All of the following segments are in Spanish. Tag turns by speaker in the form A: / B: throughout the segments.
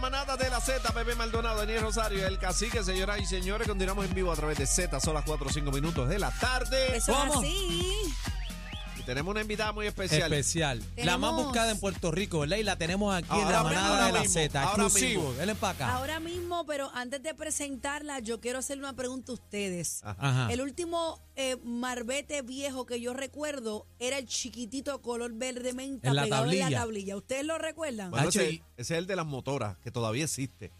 A: manada de la Z, Pepe Maldonado, Daniel Rosario, el cacique, señoras y señores. Continuamos en vivo a través de Z, son las 4 o 5 minutos de la tarde.
B: Eso
C: ¿Cómo?
B: es así.
A: Y tenemos una invitada muy especial.
C: Especial. La más
B: Tenemos-
C: buscada en Puerto Rico, ¿verdad? Y la tenemos aquí en
A: Ahora
C: la
A: mismo,
C: manada de
A: ahora
C: la
A: mismo,
C: Z.
A: ahora
C: Exclusivo.
A: mismo.
C: Él empaca.
B: Ahora mismo, pero antes de presentarla, yo quiero hacerle una pregunta a ustedes.
C: Ajá.
B: El último eh, marbete viejo que yo recuerdo era el chiquitito color verde menta
C: En la
B: pegado en la
C: tablilla.
B: tablilla. ¿Ustedes lo recuerdan?
A: Bueno, ese,
C: Hacho,
A: es el- ese es el de las motoras, que todavía existe.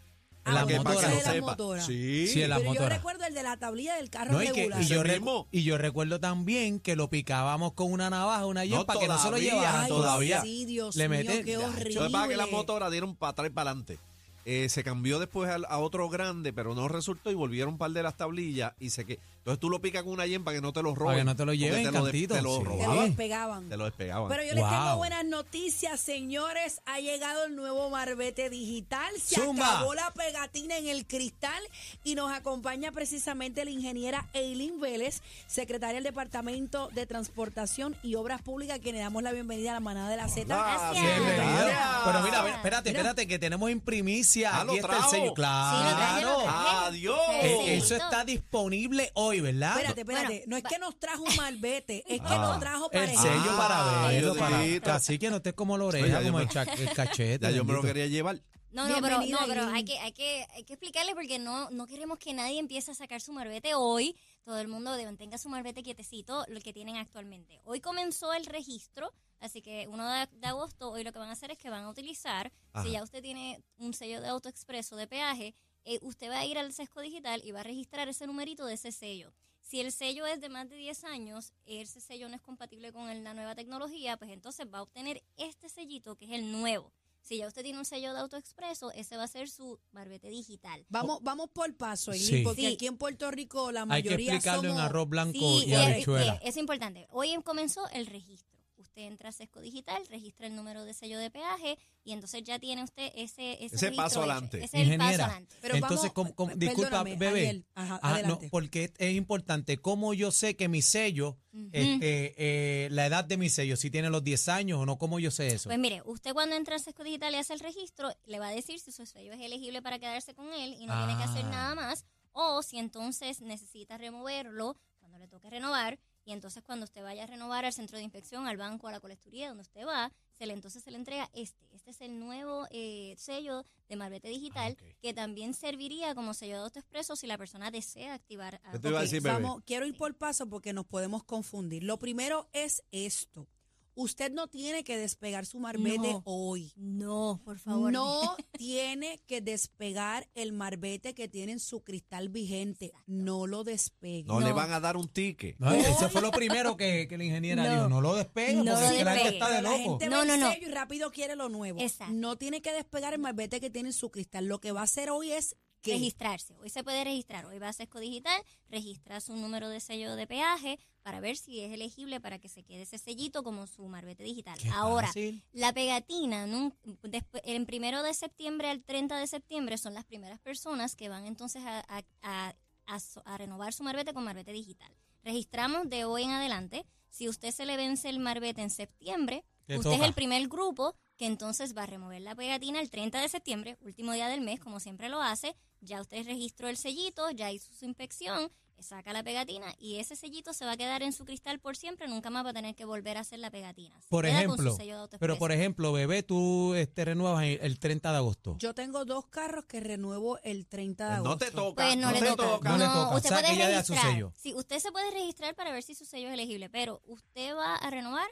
B: Ah,
C: la
A: Para que- para
C: motora.
A: que lo
C: Ese de la
A: sepa.
B: motora.
A: Sí.
C: Sí, el- de la
B: pero yo
C: motora.
B: recuerdo el de la tablilla del carro
C: No, y, que-
B: regular.
C: y yo
A: Ese
C: recu-
A: mismo.
C: y yo recuerdo también que lo picábamos con una navaja, una yema, para que no se lo
A: todavía,
C: llevaran
B: Ay,
C: todavía.
B: sí, Dios
C: Le
B: mío,
C: meten-
B: qué
C: Hacho,
A: Lo que
B: horrible.
A: pasa es que las motoras dieron para atrás y para adelante. Eh, se cambió después al- a, otro grande, pero no resultó y volvieron un par de las tablillas y se que Entonces tú lo picas con una yema para que no te lo roben.
C: que no te lo
A: porque
C: lleven,
A: te lo, de-
C: cantito.
A: te lo
C: Sí.
B: Te lo
A: robaban.
B: despegaban.
A: Te lo despegaban.
B: Pero yo les tengo
C: Ah, Wow.
B: buenas noticias, señores. Ha llegado el nuevo Marbete Digital. Se
C: Zumba.
B: acabó la pegatina en el cristal y nos acompaña precisamente la ingeniera Eileen Vélez, secretaria del Departamento de Transportación y Obras Públicas, que le damos la bienvenida a la manada de la Z.
A: Hola,
C: Qué
A: Gracias.
C: bienvenido.
A: Gracias.
C: Pero mira, mira, espérate, espérate, que tenemos en primicia.
A: Ah, lo
C: Aquí está el
A: trajo.
C: sello.
A: Sí, lo
D: traje, lo
C: Claro.
D: traje.
A: ¡Adiós!
C: Eh,
D: Sí.
C: Eso está disponible hoy, ¿verdad?
B: Espérate, espérate.
D: Bueno,
B: no es
D: va-
B: que nos trajo un malvete, es que
A: Ah.
B: nos trajo para
C: El sello
A: Ah,
C: para verlo.
A: yo
C: Para...
A: digo.
C: Así que no estés como la
A: Oye, ya
C: oreja,
A: yo
C: como
A: me-
C: el, cha- el cachete.
A: Ya yo me lo
C: bendito.
A: quería llevar.
D: No, no, pero,
B: Bienvenida,
D: no, pero
B: Aileen.
D: hay, que, hay, que, hay que explicarle porque no, no queremos que nadie empiece a sacar su marbete hoy. Todo el mundo de- tenga su marbete quietecito, lo que tienen actualmente. Hoy comenzó el registro, así que 1 de, de agosto, hoy lo que van a hacer es que van a utilizar,
A: Ajá.
D: si ya usted tiene un sello de auto expreso de peaje, eh, usted va a ir al sesco digital y va a registrar ese numerito de ese sello. Si el sello es de más de 10 años, ese sello no es compatible con el- la nueva tecnología, pues entonces va a obtener este sellito que es el nuevo. Si ya usted tiene un sello de autoexpreso, ese va a ser su barbete digital.
B: Vamos, vamos por paso, Eileen,
C: Sí.
B: porque
D: Sí.
B: aquí en Puerto Rico la
C: Hay que
B: mayoría
C: explicarle un
B: somos-
C: arroz blanco
D: Sí,
C: y
D: eh,
C: habichuela.
D: eh, es importante. Hoy comenzó el registro. Usted entra a Sesco Digital, registra el número de sello de peaje y entonces ya tiene usted ese ese,
A: Ese
D: registro
A: paso
D: hecho.
A: adelante.
D: Ese es el paso
C: Ingeniera.
D: adelante.
B: Pero
C: Entonces,
B: vamos- eh,
C: ¿cómo- cómo-
B: perdóname,
C: disculpa, bebé.
B: Ariel, ajá,
C: Ajá, Ah, no,
B: adelante.
C: porque es- es importante. ¿Cómo yo sé que mi sello,
D: Ujú.
C: este, eh, la edad de mi sello, si tiene los 10 años o no? ¿Cómo yo sé eso?
D: Pues mire, usted cuando entra a Sesco Digital y hace el registro, le va a decir si su sello es elegible para quedarse con él y no tiene que hacer
C: Ah.
D: nada más, o si entonces necesita removerlo cuando le toque renovar, y entonces cuando usted vaya a renovar al centro de inspección, al banco, a la colecturía, donde usted va, se le, entonces se le entrega este. Este es el nuevo eh, sello de Marbete Digital,
A: Ah,
C: ok.
D: que también serviría como sello de autoexpreso si la persona desea activar. a-
A: Yo te iba a
D: Ok,
A: decir, bebé.
B: Vamos, quiero ir por paso porque nos podemos confundir. Lo primero es esto. Usted no tiene que despegar su marbete
D: No.
B: hoy.
D: No, por favor.
B: No tiene que despegar el marbete que tiene en su cristal vigente. No lo despegue.
A: No, le
D: No.
A: van a dar un ticket.
C: No, Ah, eso fue lo primero que, que la ingeniera
D: No.
C: dijo. No lo despegue,
D: No
C: porque
D: lo
C: la gente
D: despegue.
C: está de
B: La
C: loco.
B: gente
D: No,
B: ve
D: no,
B: el
D: no.
B: sello y rápido quiere lo nuevo.
D: Exacto.
B: No tiene que despegar el marbete que tiene en su cristal. Lo que va a hacer hoy es que
D: registrarse. Hoy se puede registrar. Hoy va a Sesco Digital, registra su número de sello de peaje para ver si es elegible para que se quede ese sellito como su marbete digital.
C: Qué
D: Ahora,
C: fácil.
D: la pegatina, nun- despu- en primero de septiembre al 30 de septiembre son las primeras personas que van entonces a, a- a- a so- a renovar su marbete con marbete digital. Registramos de hoy en adelante. Si usted se le vence el marbete en septiembre,
C: Te
D: usted
C: toca.
D: es el primer grupo que entonces va a remover la pegatina el 30 de septiembre, último día del mes, como siempre lo hace. Ya usted registró el sellito, ya hizo su inspección, saca la pegatina y ese sellito se va a quedar en su cristal por siempre, nunca más va a tener que volver a hacer la pegatina. Se
C: Por
D: queda con su
C: ejemplo,
D: sello de autoexpreso.
C: pero por ejemplo, bebé, tú este, renuevas el- el 30 de agosto.
B: yo tengo dos carros que renuevo el 30 de agosto.
A: No te toca.
D: Pues no,
A: no
D: le
A: te
D: toca.
A: toca.
C: No le toca.
D: usted
C: O sea,
D: puede
C: que ya da su
D: registrar.
C: sello.
D: Sí, usted se puede registrar para ver si su sello es elegible, pero usted va a renovar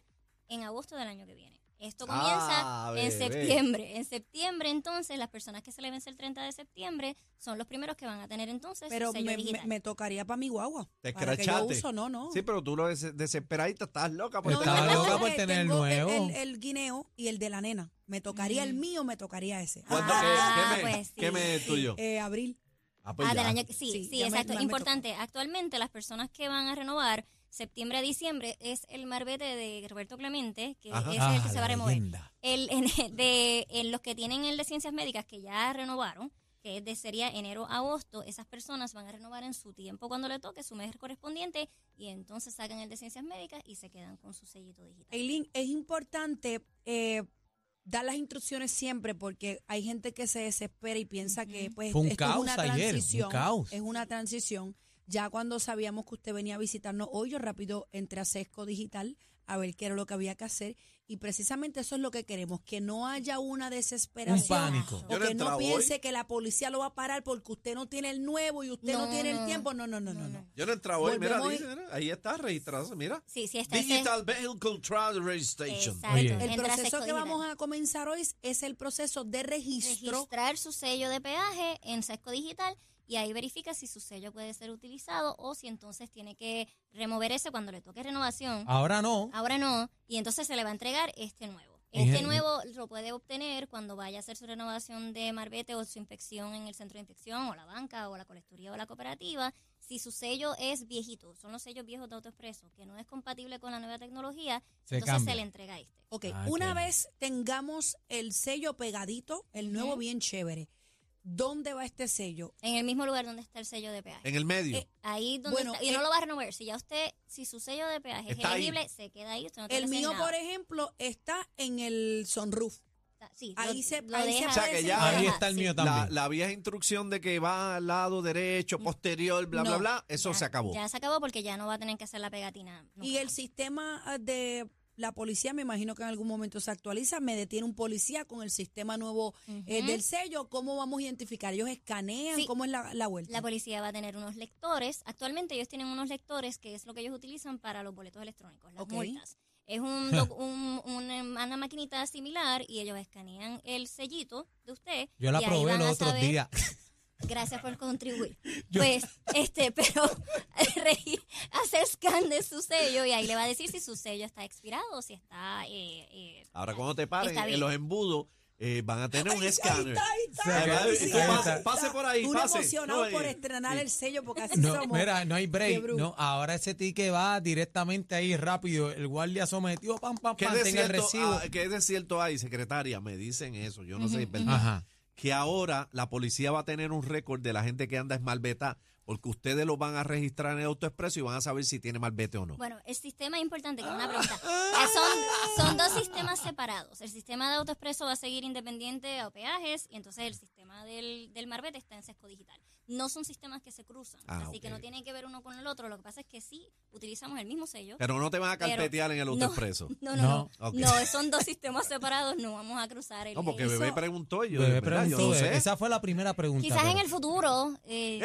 D: en agosto del año que viene. Esto comienza
A: Ah,
D: en
A: bebé.
D: septiembre. En septiembre, entonces, las personas que se le vence el 30 de septiembre son los primeros que van a tener entonces
B: Pero
D: su sello
B: me, me-
D: Pues, digital.
B: me tocaría para mi guagua.
A: Te
B: para que yo
A: escrachaste.
B: uso, no, no.
A: Sí, pero tú lo des desesperadita, estás loca. por
C: No,
A: tener-
C: Estaba no, loca no.
B: porque
C: por tener el
B: Pues tengo
C: nuevo. Mm.
B: El, el guineo y el de la nena. Me tocaría el mío, me tocaría ese.
A: ¿Cuándo?
B: Ah,
A: ¿Qué-
D: Ah,
A: qué me-
D: pues sí,
A: ¿Qué me es tuyo?
B: eh, abril.
A: Ah, pues
D: Ah,
A: ya.
D: del año que- sí,
B: Sí,
D: sí,
B: ya me-
D: exacto.
B: ya me
D: Importante, actualmente las personas que van a renovar septiembre a diciembre es el marbete de Roberto Clemente, que
A: Ajá.
D: es
C: Ah,
D: el que se
C: la
D: va a remover.
C: leyenda.
D: El, en, de, en los que tienen el de ciencias médicas que ya renovaron, que es de, sería enero a agosto, esas personas van a renovar en su tiempo cuando le toque su mes correspondiente y entonces sacan el de ciencias médicas y se quedan con su sellito digital.
B: Eileen, es importante eh, dar las instrucciones siempre porque hay gente que se desespera y piensa que pues
C: Fue un
B: esto es
C: caos
B: una
C: ayer, un
B: transición,
C: caos.
B: es una transición. Ya cuando sabíamos que usted venía a visitarnos hoy, yo rápido entré a Sesco Digital a ver qué era lo que había que hacer y precisamente eso es lo que queremos, que no haya una desesperación.
C: Un pánico.
D: Ah,
A: Yo
B: O
A: no he
B: que no
A: entrado
B: piense
A: hoy.
B: que la policía lo va a parar porque usted no tiene el nuevo y usted no,
D: No,
B: tiene el
D: no.
B: tiempo. No, no, no, no,
D: No,
B: no.
D: no.
A: Yo no entraba hoy, mira,
B: Volvemos
A: dice, mira, ahí está registrado, mira.
D: Sí, sí, está ese-
A: Digital Vehicle Trial Registration.
D: Exacto.
C: Oye.
B: El
D: Entra a
B: proceso
D: Sesco
B: que
D: Digital.
B: vamos a comenzar hoy es- es el proceso de registro.
D: registrar su sello de peaje en Sesco Digital y ahí verifica si su sello puede ser utilizado o si entonces tiene que remover ese cuando le toque renovación.
C: Ahora no.
D: Ahora no, y entonces se le va a entregar este nuevo.
C: Bien.
D: Este nuevo lo puede obtener cuando vaya a hacer su renovación de Marbete o su inspección en el centro de inspección o la banca o la colecturía o la cooperativa. Si su sello es viejito, son los sellos viejos de AutoExpreso, que no es compatible con la nueva tecnología,
C: Se
D: entonces
C: cambia.
D: se le entrega este.
B: Ok,
C: Ah,
B: una
C: ok.
B: vez tengamos el sello pegadito, el nuevo
D: Ujú.
B: bien chévere, ¿dónde va este sello?
D: En el mismo lugar donde está el sello de peaje.
A: En el medio.
B: Eh,
D: Ahí donde
B: Bueno,
D: está, y
B: eh,
D: no lo va a renovar. Si ya usted, si su sello de peaje es
A: Está ahí.
D: elegible, se queda ahí. Usted no tiene
B: El
D: que hacer
B: mío,
D: nada.
B: por ejemplo, está en el sunroof.
D: Está- sí,
B: ahí
D: lo-
B: se-
D: lo
B: ahí se
D: deja-
B: O sea, que ya-
D: Ajá,
C: Ahí está el
D: sí.
C: mío
A: la,
C: también.
A: la vieja instrucción de que va al lado derecho, posterior, bla, bla,
B: No,
A: bla, eso
D: Ya-
A: se acabó.
D: Ya se acabó porque ya no va a tener que hacer la pegatina. nunca
B: Y el
D: más.
B: sistema ah, de la policía, me imagino que en algún momento se actualiza, me detiene un policía con el sistema nuevo eh,
D: Ujú.
B: del sello, ¿cómo vamos a identificar? ¿Ellos escanean?
D: Sí.
B: ¿Cómo es la, la vuelta?
D: La policía va a tener unos lectores. Actualmente ellos tienen unos lectores que es lo que ellos utilizan para los boletos electrónicos, las
B: Ok.
D: multas. Es un, doc- un- un, em, una maquinita similar y ellos escanean el sellito de usted.
C: Yo la
D: y ahí
C: probé
D: van
C: los
D: a
C: otros
D: saber-
C: días.
D: Gracias por contribuir.
C: Yo-
D: Pues, este, pero regi- hace scan de su sello y ahí le va a decir si su sello está expirado o si está. eh, eh,
A: Ahora cuando te paren
D: Está
A: en
D: bien.
A: los embudos, eh, van a tener un
B: Ahí está,
A: escáner.
B: ahí está, ahí
C: Se
B: está,
C: acaba de-
B: sí,
C: ahí está.
B: ahí
A: Pase por ahí,
B: Uno
A: pase.
B: emocionado
A: No,
B: por
A: eh,
B: estrenar
A: sí.
B: el sello, porque así
C: No,
B: somos.
C: mira, no hay
B: Qué
C: break.
B: bruto.
C: No, ahora ese ticket va directamente ahí rápido. El guardia sometido, pam, pam,
A: ¿Qué
C: pam, tenga el
A: desierto,
C: recibo.
A: ah, ¿Qué desierto hay, secretaria? Me dicen eso, yo no sé si es
D: Ujú,
A: verdad.
C: Ajá.
A: Que ahora la policía va a tener un récord de la gente que anda esmalbeta, porque ustedes lo van a registrar en el autoexpreso y van a saber si tiene malvete o no.
D: Bueno, el sistema es importante, que es una pregunta. Ah, Son, son dos sistemas separados. El sistema de AutoExpreso va a seguir independiente a peajes y entonces el sistema del, del Marbete está en sesco digital. No son sistemas que se cruzan,
A: Ah,
D: así que
A: ok.
D: no tienen que ver uno con el otro. Lo que pasa es que sí utilizamos el mismo sello.
A: Pero no te van a
D: Pero-
A: carpetear en el
D: no.
A: autoexpreso.
D: No, no, no.
A: Ok.
D: No, son dos sistemas separados, no vamos a cruzar el
A: No, porque
D: el-
A: bebé preguntó y yo,
C: Bebé
A: ¿verdad? Yo
C: preguntó,
A: no sé.
C: Esa fue la primera pregunta.
D: Quizás en
C: pero-
D: el futuro. eh,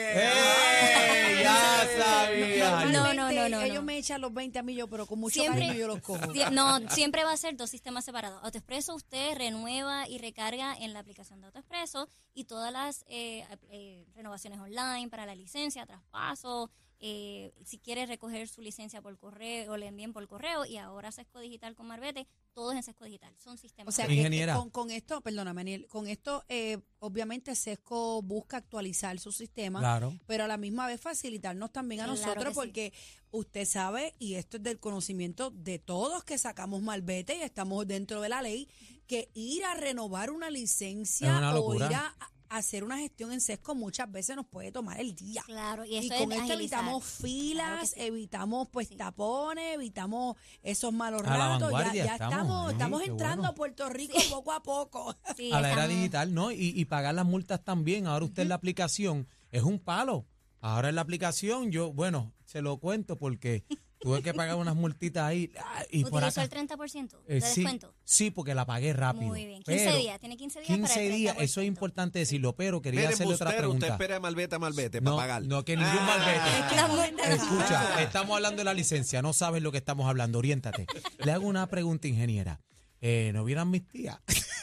A: ¡Ey!
C: ¡Eh! Ya
A: ¡Ey!
C: sabía.
D: eh, No,
B: Normalmente
D: no, no, no,
B: Ellos
D: no.
B: me echan los 20 a mí, yo, pero con mucho
D: Siempre-
B: cariño yo los cojo.
D: Sie- No, siempre va a ser dos sistemas separados. AutoExpreso usted renueva y recarga en la aplicación de AutoExpreso y todas las eh, ap- eh, renovaciones online para la licencia, traspaso, eh, si quiere recoger su licencia por correo, le envíen por correo y ahora Sesco Digital con Marbete, todos en Sesco Digital. Son
B: O
D: sistemas
B: sea, que-
D: separados.
C: Ingeniera.
B: que con, con esto, perdóname, Aniel, con esto, eh, obviamente Sesco busca actualizar su sistema,
C: Claro.
B: pero a la misma vez facilitarnos también a
D: Claro
B: nosotros,
D: que sí.
B: porque usted sabe, y esto es del conocimiento de todos que sacamos malvete y estamos dentro de la ley, que ir a renovar una licencia
C: Es una
B: o
C: locura.
B: ir a a hacer una gestión en Sesco muchas veces nos puede tomar el día.
D: Claro, y
B: Y,
D: esto
B: con
D: es
B: esto
D: agilizar.
B: evitamos filas,
D: Claro que sí.
B: evitamos pues
D: Sí.
B: tapones, evitamos esos malos
C: A la
B: ratos. Ya,
C: vanguardia
B: ya
C: estamos,
B: estamos,
C: sí,
B: estamos,
C: qué
B: entrando
C: bueno.
B: a Puerto Rico poco a poco.
D: Sí,
C: a la era
D: estamos-
C: digital, ¿no? Y, y pagar las multas también. Ahora usted en la aplicación es un palo. Ahora en la aplicación, yo, bueno, se lo cuento porque tuve que pagar unas multitas ahí. ah, Y por
D: Utilizó
C: acá.
D: el 30% de
C: Eh, sí,
D: descuento.
C: sí, porque la pagué rápido.
D: Muy bien, 15
C: Pero
D: días, tiene 15 días para
C: 15
D: el
C: días, eso es
D: 30%.
C: importante decirlo, pero quería
A: Miren,
C: hacerle otra
A: Bustero, usted
C: pregunta.
A: espera de malvete a malvete para
C: No,
A: pagar. Ah,
C: no, que ningún malvete.
B: Es que la vuelta-
C: Escucha, estamos hablando de la licencia, no sabes lo que estamos hablando, oriéntate. Le hago una pregunta, ingeniera. Eh, ¿No vieran mis tías?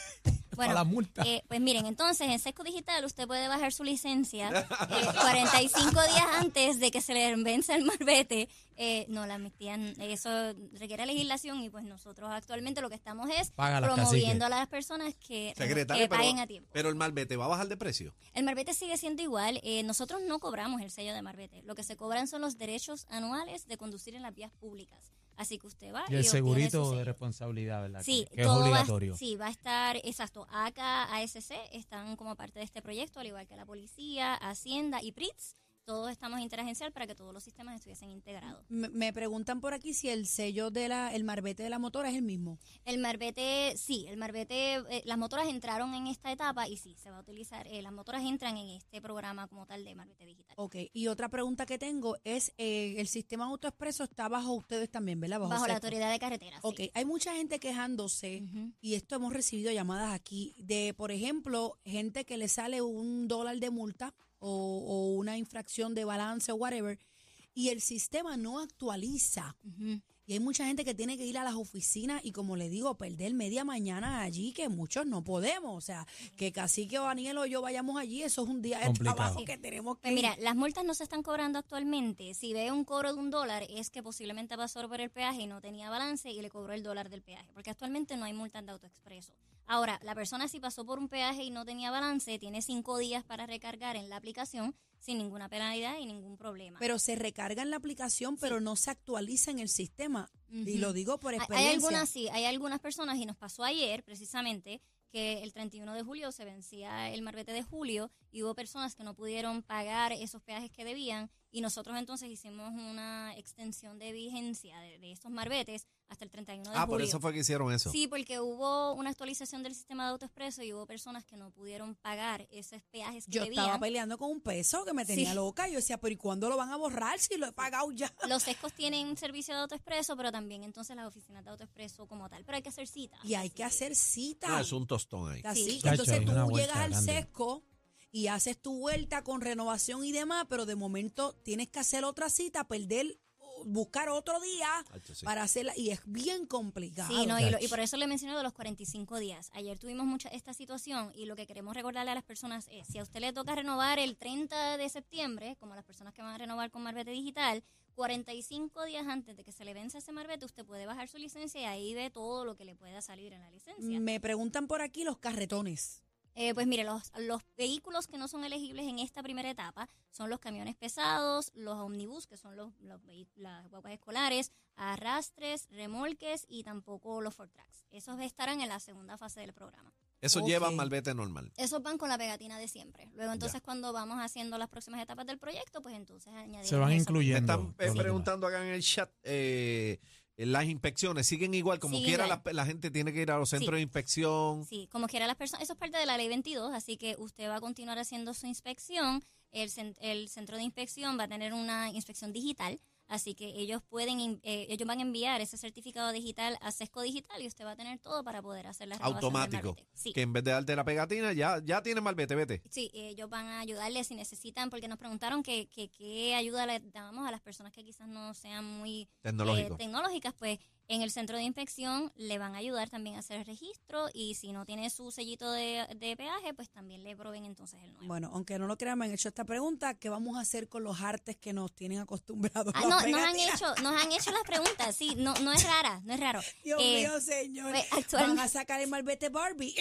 D: Bueno,
C: para la multa.
D: Eh, pues miren, entonces en Sesco Digital usted puede bajar su licencia eh, 45 días antes de que se le vence el marbete. Eh, no, la metían, eso requiere legislación y pues nosotros actualmente lo que estamos es
C: Págalas,
D: promoviendo a las personas que, eh,
A: Secretaria,
D: que paguen a
A: pero,
D: tiempo.
A: pero el malvete va a bajar de precio.
D: El marbete sigue siendo igual. eh, nosotros no cobramos el sello de marbete. Lo que se cobran son los derechos anuales de conducir en las vías públicas. Así que usted va
C: Y
D: y,
C: el
D: obtiene su
C: segurito de
D: sello.
C: responsabilidad, ¿verdad?
D: Sí,
C: que es
D: todo va-
C: obligatorio.
D: sí, va a estar, exacto, ACA, ASC están como parte de este proyecto, al igual que la policía, Hacienda y PRITS. todos estamos interagencial para que todos los sistemas estuviesen integrados.
B: Me, me preguntan por aquí si el sello de la, el marbete de la motora es el mismo.
D: El marbete, sí, el marbete, eh, las motoras entraron en esta etapa y sí, se va a utilizar, eh, las motoras entran en este programa como tal de marbete digital.
B: Ok, y otra pregunta que tengo es, eh, el sistema autoexpreso está bajo ustedes también, ¿verdad?
D: Bajo la
B: CEPO.
D: autoridad de carreteras. sí.
B: Ok, hay mucha gente quejándose
D: Ujú.
B: y esto hemos recibido llamadas aquí de, por ejemplo, gente que le sale un dólar de multa o, o una infracción de balance o whatever y el sistema no actualiza.
D: Ujú.
B: Y hay mucha gente que tiene que ir a las oficinas y como le digo, perder media mañana allí, que muchos no podemos. O sea, que casi que Daniel o yo vayamos allí, eso es un día de
C: Complicado.
B: trabajo que tenemos que
D: Pues
B: ir.
D: mira, las multas no se están cobrando actualmente. Si ve un cobro de un dólar, es que posiblemente pasó por el peaje y no tenía balance y le cobró el dólar del peaje, porque actualmente no hay multas de autoexpreso. Ahora, la persona si pasó por un peaje y no tenía balance, tiene cinco días para recargar en la aplicación sin ninguna penalidad y ningún problema.
B: Pero se recarga en la aplicación, pero no se actualiza en el sistema. Y
D: Ujú.
B: lo digo por
D: Hay-
B: experiencia.
D: Hay algunas, sí, hay algunas personas, y nos pasó ayer precisamente, que el 31 de julio se vencía el marbete de julio y hubo personas que no pudieron pagar esos peajes que debían y nosotros entonces hicimos una extensión de vigencia de, de estos marbetes hasta el 31 de
A: Ah,
D: julio.
A: por eso fue que hicieron eso.
D: Sí, porque hubo una actualización del sistema de autoexpreso y hubo personas que no pudieron pagar esos peajes que
B: Yo estaba
D: debían.
B: peleando con un peso que me tenía
D: Sí.
B: loca. Yo decía, pero ¿y cuándo lo van a borrar si lo he pagado ya?
D: Los sescos tienen servicio de autoexpreso, pero también entonces las oficinas de autoexpreso como tal. Pero hay que hacer cita.
B: Y hay
D: Así
B: que hacer cita.
A: Ah, es un tostón ahí.
B: Así.
D: Sí.
C: Chacho,
B: Entonces
C: hay una
B: tú
C: vuelta
B: llegas al
C: grande.
B: sesco y haces tu vuelta con renovación y demás, pero de momento tienes que hacer otra cita, perder, o buscar otro día
A: Chacho, sí.
B: para hacerla. Y es bien complicado.
D: Sí, no, y, lo- y
C: Gach.
D: por eso le mencioné de los 45 días. Ayer tuvimos mucha esta situación y lo que queremos recordarle a las personas es, si a usted le toca renovar el 30 de septiembre, como las personas que van a renovar con Marbete Digital, 45 días antes de que se le vence ese Marbete, usted puede bajar su licencia y ahí ve todo lo que le pueda salir en la licencia.
B: Me preguntan por aquí los carretones.
D: Eh, pues mire, los, los vehículos que no son elegibles en esta primera etapa son los camiones pesados, los omnibus, que son los, los vehi- las guaguas escolares, arrastres, remolques y tampoco los Ford Tracks. Esos estarán en la segunda fase del programa.
A: Eso
B: Ok.
A: lleva malvete normal.
D: Esos van con la pegatina de siempre. Luego entonces cuando vamos haciendo las próximas etapas del proyecto, pues entonces añadimos
C: Se van
A: Me
D: esos.
C: incluyendo.
A: están eh,
C: todos los
A: preguntando acá en el chat. eh, las inspecciones siguen igual, como
D: Siguen
A: quiera
D: igual.
A: La, la gente tiene que ir a los centros
D: Sí.
A: de inspección.
D: Sí, como quiera las personas, eso es parte de la ley 22, así que usted va a continuar haciendo su inspección, el, cen- el centro de inspección va a tener una inspección digital, así que ellos pueden, in- eh, ellos van a enviar ese certificado digital a Sesco Digital y usted va a tener todo para poder hacer la renovación del
A: Automático.
D: marbete. Sí.
A: Que en vez de darte la pegatina, ya, ya tienes malvete, vete.
D: Sí, ellos van a ayudarles si necesitan, porque nos preguntaron que, que qué ayuda le damos a las personas que quizás no sean muy
A: Tecnológico.
D: eh, tecnológicas, pues en el centro de inspección le van a ayudar también a hacer el registro y si no tiene su sellito de, de peaje, pues también le proveen entonces el nuevo.
B: Bueno, aunque no lo crean, me han hecho esta pregunta. ¿Qué vamos a hacer con los artes que nos tienen acostumbrados?
D: Ah,
B: las
D: no, nos han
B: pegatinas?
D: hecho, nos han hecho las preguntas, sí, no, no es rara, no es raro.
B: Dios
D: Eh,
B: mío, señor.
D: pues,
B: Van
D: actualmente-
B: a sacar el malvete Barbie.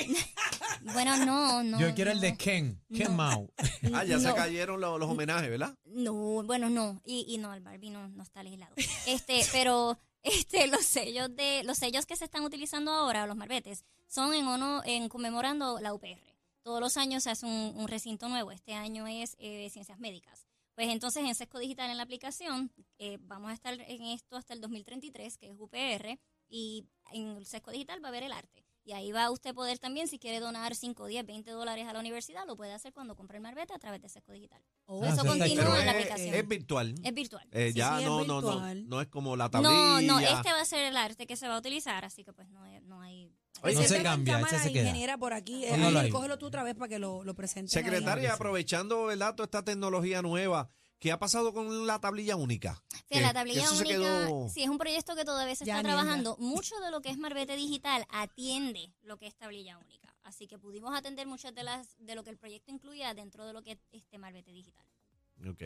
D: Bueno, no, no.
C: demás. Yo quiero el
D: no.
C: de Ken, Ken
D: No.
C: Mau.
A: Ah, ya se
D: No.
A: cayeron lo- los homenajes, ¿verdad?
D: No, bueno, no. Y, y no, el Barbie no, no está legislado. Este, pero este, los sellos de, los sellos que se están utilizando ahora, los marbetes, son en ono, en conmemorando la UPR. Todos los años se hace un, un recinto nuevo. Este año es eh, ciencias médicas. Pues entonces en Sesco Digital en la aplicación eh, vamos a estar en esto hasta el 2033, que es UPR, y en el Sesco Digital va a ver el arte. Y ahí va usted poder también, si quiere donar 5, 10, 20 dólares a la universidad, lo puede hacer cuando compre el marbete a través de Sesco Digital.
B: Oh,
C: Ah,
D: Eso
C: eso está
D: continúa
A: Pero
D: en la
A: es,
D: aplicación.
C: Eh,
A: es virtual.
D: Es virtual.
A: Eh,
B: Sí,
A: ya
B: sí, es
A: no, no, no,
B: virtual.
A: no es como la
D: No,
A: tablilla.
D: no, este va a ser el arte que se va a utilizar, así que pues no, hay- no hay...
A: Oye,
C: eh, no
B: Ese está
C: se
B: en
C: cambia, ese
B: cámara,
C: se queda.
B: ingeniera por aquí. Eh,
C: Póngalo ahí.
B: cógelo tú otra vez para que lo, lo presenten. ahí.
A: Secretaria, aprovechando el dato, esta tecnología nueva, ¿qué ha pasado con la tablilla única?
D: Fíjate,
A: Que-
D: la
A: que
D: tablilla
A: eso se
D: única,
A: quedó-
D: sí, es un proyecto que todavía se
B: Ya,
D: está
B: nena.
D: trabajando. Mucho de lo que es Marbete Digital atiende lo que es tablilla única. Así que pudimos atender muchas de las de lo que el proyecto incluía dentro de lo que es este Marbete Digital.
A: Ok.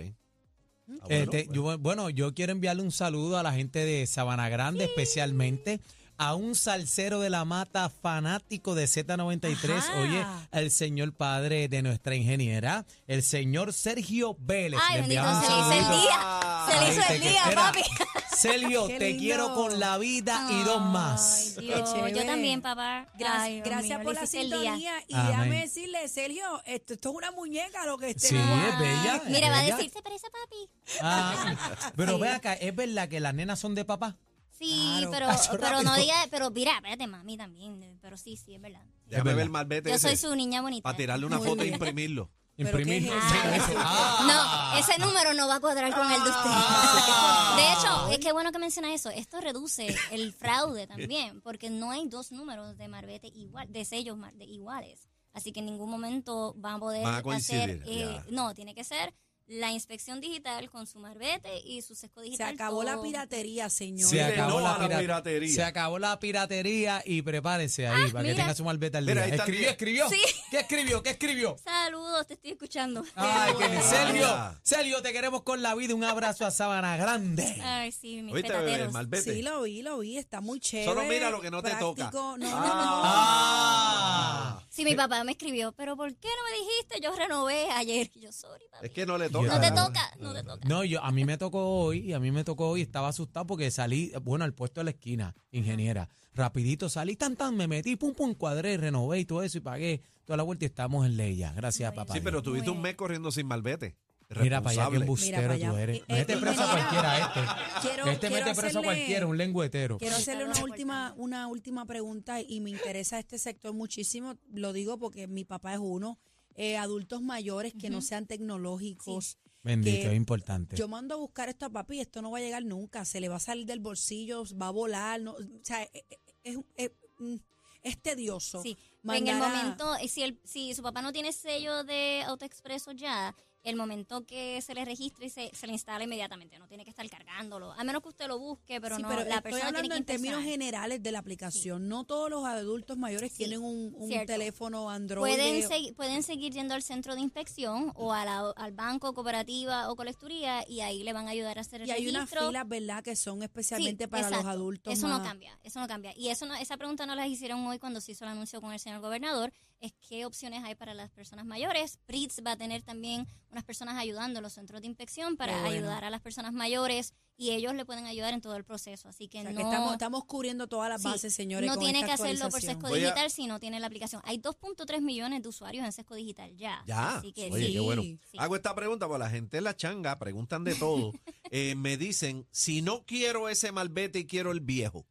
A: Ah,
C: Eh,
A: bueno,
C: te-
A: bueno.
C: yo- bueno, yo quiero enviarle un saludo a la gente de Sabana Grande, especialmente a un salsero de la mata fanático de Z93.
B: Ajá.
C: Oye, al señor padre de nuestra ingeniera, el señor Sergio Vélez.
D: Ay, bendito,
C: enviamos un
D: se le hizo el
C: saludito.
D: día. Se le
C: Ahí
D: hizo
C: te
D: el
C: que-
D: día,
C: espera.
D: papi.
C: Sergio,
B: Qué
C: te
B: lindo.
C: quiero con la vida y dos más.
D: Ay, Dios,
B: Qué chévere.
D: yo también, papá.
B: Gra-
D: Ay, Dios
B: gracias
D: mío,
B: por
D: le
B: la
D: hiciste el día.
B: sintonía. Y
C: Amén.
B: déjame decirle, Sergio, esto, esto es una muñeca lo que esté.
C: Sí, es bella. es
D: Mira, va a
C: bella.
D: decir, ¿se parece a papi?
C: Ah, pero
B: Sí.
C: ve acá, ¿es verdad que las nenas son de papá?
D: Sí,
C: Claro.
D: pero,
C: Eso
D: pero
C: rápido.
D: no diga, pero mira, espérate, mami también. Pero sí, sí, es verdad.
A: Déjame ver
C: verdad.
A: el malvete
D: Yo soy
A: ese
D: su niña bonita.
A: para tirarle una
B: Muy
A: foto e
B: bien.
A: imprimirlo.
B: ¿Pero qué es
C: Imprimir.
B: eso?
C: Sí, eso. Ah.
D: No, ese número no va a cuadrar con el de usted.
C: Ah.
D: De hecho, es que bueno que mencionas eso. Esto reduce el fraude también, porque no hay dos números de marbete igual, de sellos mar- de iguales. Así que en ningún momento van a poder
A: Van a
D: hacer. eh,
A: coincidir, ya.
D: no, tiene que ser la inspección digital con su marbete y su sesco
B: Se
D: digital.
B: acabó la
D: todo.
B: piratería, señor.
C: Se
A: Dile
C: acabó,
A: no
C: la
A: a la
C: pirate-
A: piratería.
C: se acabó la piratería y prepárese ahí
B: Ah,
C: para que
D: mira.
C: tenga su malveta al
A: Mira,
C: día.
A: ahí está el
C: ¿Escribió,
A: día.
C: escribió?
D: Sí.
C: ¿Qué escribió? ¿Qué escribió?
D: Saludos, te estoy escuchando.
C: Ay,
A: bueno.
C: que Sergio,
A: Anda.
C: Sergio, te queremos con la vida. Un abrazo a Sábana Grande.
B: Ah.
D: Ay, sí, mis
A: ¿Oíste, bebé? El
D: petateros.
A: malvete.
B: Sí, lo vi, lo vi, está muy chévere.
A: Solo mira lo que no te
B: práctico.
A: toca.
B: No, no,
C: Ah.
D: Sí, mi papá me escribió, pero ¿por qué no me dijiste? Yo renové ayer. Y yo, sorry, papi.
A: Es que no le toca.
D: No te
A: ¿verdad?
D: toca, no te toca.
C: No, yo a mí me tocó hoy, y a mí me tocó hoy, estaba asustado porque salí, bueno, al puesto de la esquina, ingeniera. Rapidito salí, tan tan, me metí, pum pum, cuadré, renové y todo eso y pagué toda la vuelta y estamos en Leia. Gracias,
D: Muy
C: papá.
A: Sí, pero
C: Dios.
A: tuviste
D: Bueno.
A: un mes corriendo sin malvete.
C: Mira para allá
A: Responsable.
C: qué
B: Mira
C: embustero
B: para
C: tú
B: allá.
C: eres.
B: Eh, eh,
C: Mete preso a
B: ingeniero.
C: cualquiera
A: Ah.
C: este.
B: Quiero,
C: este
B: quiero
C: mete preso a
B: hacerle-
C: cualquiera, un lengüetero.
B: Quiero hacerle una
D: Saludos,
B: última, una última pregunta y me interesa este sector muchísimo. Lo digo porque mi papá es uno. Eh, adultos mayores que no sean tecnológicos.
C: Bendito,
B: que
C: es importante.
B: Yo mando a buscar esto a papi y esto no va a llegar nunca. Se le va a salir del bolsillo, va a volar. No, o sea, es, es- es- mm, es tedioso.
D: Sí, pues, en
B: mandar
D: el
B: a-
D: momento, eh, si, el, si su papá no tiene sello de autoexpreso ya, el momento que se le registre y se, se le instala inmediatamente, no tiene que estar cargándolo, a menos que usted lo busque, pero
B: Sí,
D: no,
B: pero
D: la
B: estoy
D: persona tiene
B: hablando
D: que
B: en términos
D: empezar.
B: generales de la aplicación. No todos los adultos mayores
D: Sí,
B: tienen un, un
D: cierto.
B: teléfono Android.
D: Pueden, segui- pueden seguir yendo al centro de inspección o a la- al banco, cooperativa o colecturía y ahí le van a ayudar a hacer el
B: y hay unas
D: registro.
B: filas, ¿verdad?, que son especialmente
D: Sí,
B: para los
D: exacto.
B: adultos.
D: Eso no
B: más-
D: cambia, eso no cambia. Y eso no- esa pregunta no la hicieron hoy cuando se hizo el anuncio con el señor gobernador, es qué opciones hay para las personas mayores. PRITS va a tener también unas personas ayudando en los centros de inspección para
B: Qué bueno.
D: ayudar a las personas mayores y ellos le pueden ayudar en todo el proceso. Así que
B: O sea,
D: no,
B: que estamos, estamos cubriendo todas las
D: sí,
B: bases, señores.
D: no
B: con
D: tiene
B: esta
D: que hacerlo por
B: actualización.
D: Sesco
A: Voy a-
D: Digital si no tiene la aplicación. Hay 2.3 millones de usuarios en Sesco Digital ya.
A: Ya.
D: Así que
A: Oye,
D: sí.
A: qué bueno.
B: Sí.
A: Hago esta pregunta porque la gente es la changa, preguntan de todo. Eh, me dicen, si no quiero ese malvete y quiero el viejo,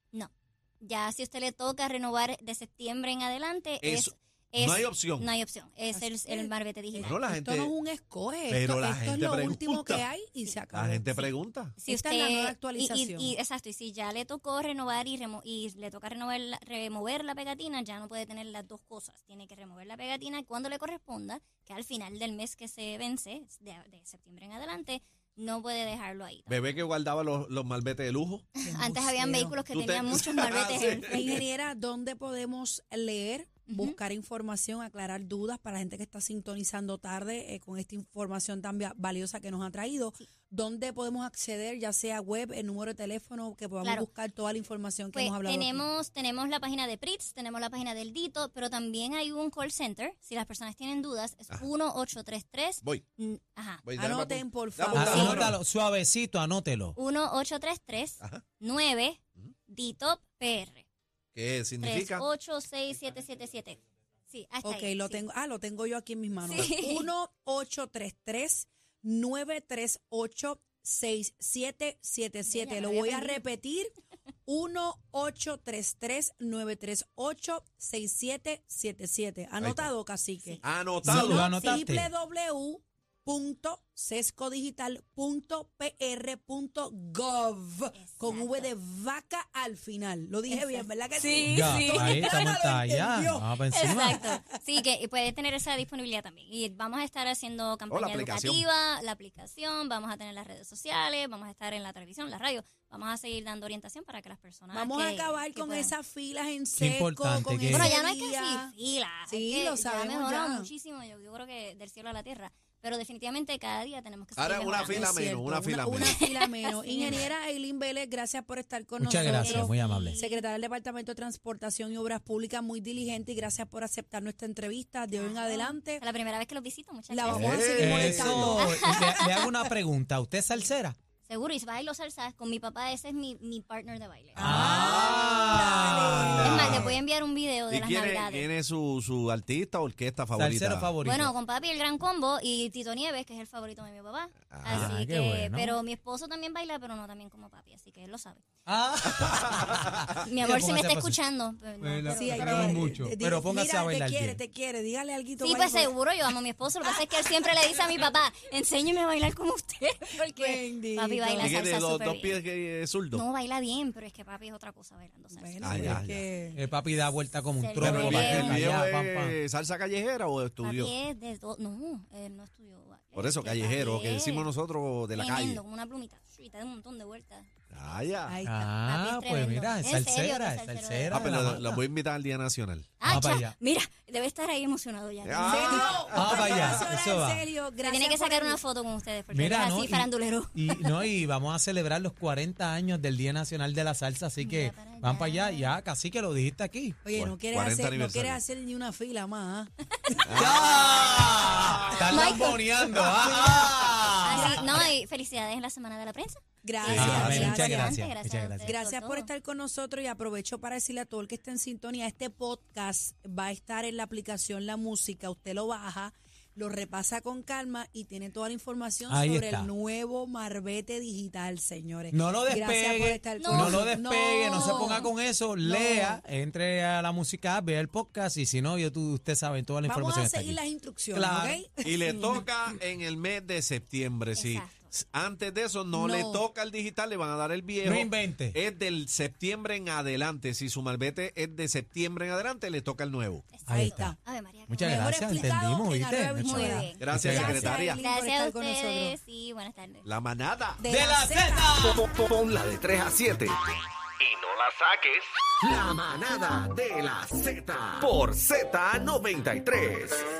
D: Ya si usted le toca renovar de septiembre en adelante,
A: Eso.
D: es, es-
A: no hay opción.
D: No hay opción. Es el,
B: Así es.
D: el marbete digital.
A: Bueno, la
B: Esto
A: gente,
B: no es un escoge. esto-
A: Pero la
B: esto
A: gente
B: es lo
A: pregunta.
B: último que hay y se acabó.
A: la gente pregunta.
B: Esta es la nueva actualización.
D: Y, y- exacto, y si ya le tocó renovar y, remo- y le toca renovar la- remover la pegatina, ya no puede tener las dos cosas. Tiene que remover la pegatina cuando le corresponda, que al final del mes que se vence, de, de septiembre en adelante, no puede dejarlo ahí.
A: Bebé que guardaba los, los malvetes de lujo.
B: Qué
D: Antes
B: embustero.
D: habían vehículos que
A: Tú te-
D: tenían
B: Ah,
D: muchos marbetes.
A: Ah, Sí.
D: en el-
B: Ingeniera, ¿dónde podemos leer,
D: Ujú.
B: buscar información, aclarar dudas para la gente que está sintonizando tarde eh, con esta información tan va- valiosa que nos ha traído? ¿Dónde podemos acceder, ya sea web, el número de teléfono, que podamos
D: Claro.
B: buscar toda la información que
D: Pues
B: hemos hablado? aquí?
D: tenemos, tenemos la página de PRITS, tenemos la página del DITO, pero también hay un call center. Si las personas tienen dudas, es
A: Ajá.
D: 1833.
A: Voy.
D: mm, Ajá.
A: voy Pues dale pa'
B: Anoten,
A: apuntar.
B: por
A: Dame
B: favor.
A: un
C: Ah,
A: teléfono.
C: Anótalo, suavecito, anótelo.
D: 1833
A: Ajá.
D: 9
A: Ujú.
D: DITOP PR.
A: ¿Qué significa?
D: 386777. Sí, hasta
B: Ok,
D: ahí,
B: lo
D: sí.
B: tengo. Ah, lo tengo yo aquí en mis manos.
D: Sí.
B: 1-833-938-6777.
D: Bella,
B: Lo
D: no
B: voy a
D: había
B: repetir. 1-833-938-6777. Anotado, cacique.
D: Sí.
A: Anotado.
C: Sí, lo anoté. Anotaste.
B: www.sescodigital.pr.gov con V de vaca al final. Lo dije bien, ¿verdad que sí?
C: Ya, ahí estamos está Ah. allá.
B: entendió.
C: Vamos para encima.
D: Exacto. Sí, que puede tener esa disponibilidad también. Y vamos a estar haciendo campaña
A: Oh, aplicación.
D: educativa, la aplicación, vamos a tener las redes sociales, vamos a estar en la televisión, la radio. Vamos a seguir dando orientación para que las personas.
B: Vamos a
D: que-
B: acabar
D: que
B: con
D: puedan.
B: esas filas en seco.
C: importante
B: Con
C: que-
B: ese
D: Bueno, ya no hay que
B: día.
D: decir filas.
B: Sí,
D: es que
B: lo sabemos
D: Ya ha mejorado
B: ya.
D: muchísimo, yo, yo creo que del cielo a la tierra. Pero definitivamente cada día tenemos que seguir
A: Ahora una
D: mejorando.
A: fila
B: Es
A: menos, una fila
B: una
A: menos.
B: fila menos.
D: Sí.
B: Ingeniera Eileen Vélez, gracias por estar con
C: Muchas
B: nosotros.
C: gracias, muy amable.
B: Secretaria del Departamento de Transportación y Obras Públicas, muy diligente y gracias por aceptar nuestra entrevista. De hoy en
D: Claro.
B: adelante
D: La primera vez que los visito, muchas
C: Eh,
B: la
D: Ah, gracias.
B: vamos a seguir
A: Eh,
B: molestando.
C: Eso. Y le, le hago una pregunta. ¿Usted es salsera?
D: Seguro, y si vas a bailar salsa con mi papá, ese es mi, mi partner de baile.
A: Ah,
D: Es más, les voy a enviar un video de
A: ¿Y
D: las
A: quién es,
D: navidades.
A: quién es su, su artista o orquesta favorita?
C: Salsero favorito.
D: Bueno, con papi el gran combo y Tito Nieves, que es el favorito de mi papá.
A: Ah,
D: así
C: qué
D: que,
C: bueno.
D: pero mi esposo también baila, pero no también como papi, así que él lo sabe.
C: Ah.
D: Mi amor,
C: Ya,
D: si
C: póngase
D: me está
C: a pasar.
D: escuchando. pero no,
E: Bueno,
D: pero-
E: Sí,
B: hay
E: te queremos
B: que-
E: mucho.
B: di-
C: Pero póngase
B: mira,
C: a bailar
B: Te quiere,
C: bien.
B: te quiere, dígale algo.
D: Sí, pues seguro yo amo a mi esposo. Lo que pasa es que él siempre le dice a mi papá, enséñeme a bailar como usted. Porque
B: Bendito.
D: papi baila
A: ¿Y qué
D: salsa
A: de dos,
D: súper
A: dos
D: bien.
A: pies que es zurdo?
D: No, baila bien, pero es que papi es otra cosa bailando salsa.
B: Bueno,
A: Ah,
B: pero
A: ya,
B: es
A: ya.
B: que-
C: El eh, papi da vuelta como un
D: Se
A: Pero
C: trompo.
A: el
D: Pero
A: vie-
C: para
A: el
C: acá,
D: viejo
A: viejo
C: allá, pam, pam.
A: es salsa callejera o estudió?
D: Papi es de dos, no, él no estudió. baile,
A: Por eso,
D: que
A: callejero,
D: papi
A: que
D: es
A: decimos nosotros de la
D: tremendo,
A: calle.
D: como una plumita, y te da un montón de vueltas.
A: Ah, ya.
B: Ahí está.
C: Ah,
D: Papi es
C: pues
D: tremendo.
C: mira, es
D: En serio,
C: salsera, es
D: que es salsera.
C: salsera.
A: Ah, pero
C: la
A: la-
C: mata.
A: la voy a invitar al Día Nacional.
D: Ah,
C: Ah, para
D: cha,
C: allá.
D: mira, debe estar ahí emocionado ya.
A: Ah,
B: ¿En serio?
C: Ah, vaya,
B: Profesora,
C: eso va.
B: En serio,
D: Se
B: gracias.
D: tiene que
B: por
D: sacar
B: el-
D: una foto con ustedes, porque
C: Mira,
D: él es
C: ¿no?
D: así,
C: Y-
D: farandulero.
C: Y, no, y vamos a celebrar los 40 años del Día Nacional de la Salsa, así que
D: Mira para
C: van para allá.
D: allá.
C: Ya, casi que lo dijiste aquí.
B: Oye, no
A: Bueno,
B: quieres,
A: 40
B: hacer, no
A: aniversario.
B: quieres hacer ni una fila más. ¿ah?
C: ¡Ah! Están
D: Michael.
C: lamboneando. ¡Ah!
D: Así, no, y felicidades en la Semana de la Prensa.
B: Gracias.
C: Ah, amén,
B: gracias.
C: muchas gracias.
D: a
C: muchas
D: ustedes
B: Gracias por
D: todo.
B: estar con nosotros y aprovecho para decirle a todo el que esté en sintonía, este podcast va a estar en la aplicación La Música, usted lo baja, lo repasa con calma y tiene toda la información
C: Ahí
B: sobre
C: está.
B: el nuevo Marbete Digital, señores.
C: No lo
B: Gracias por
C: despegue,
B: estar
C: no,
B: con
C: lo
B: nosotros.
C: despegue, no. se ponga con eso, lea, entre a la música, vea el podcast y si no, yo, tú, usted sabe, toda la
B: Vamos
C: información
B: a
C: está
B: seguir las
C: aquí.
B: instrucciones,
C: Claro.
B: ¿ok?
A: Y le toca en el mes de septiembre, sí.
D: Exacto.
A: S- Antes de eso, no,
B: No.
A: le toca el digital, le van a dar el viejo.
C: No invente.
A: Es del septiembre en adelante. Si su malvete es de septiembre en adelante, le toca el nuevo.
D: Exacto.
C: Ahí está.
D: A ver, María.
C: Muchas
B: Mejor
C: gracias,
B: explicado
C: entendimos,
B: que
C: ¿viste?
B: Gabriel
C: Muchas
D: Bichuela.
C: gracias.
A: Gracias,
C: Muchas
A: secretaria.
B: Aileen, por
D: Gracias a
B: estar con
D: ustedes
B: nosotros.
D: y buenas tardes.
A: La manada.
C: ¡De la
B: Z.
C: Z!
F: Pon la de 3 a 7. Y no la saques. La manada de la Z. Por Z93.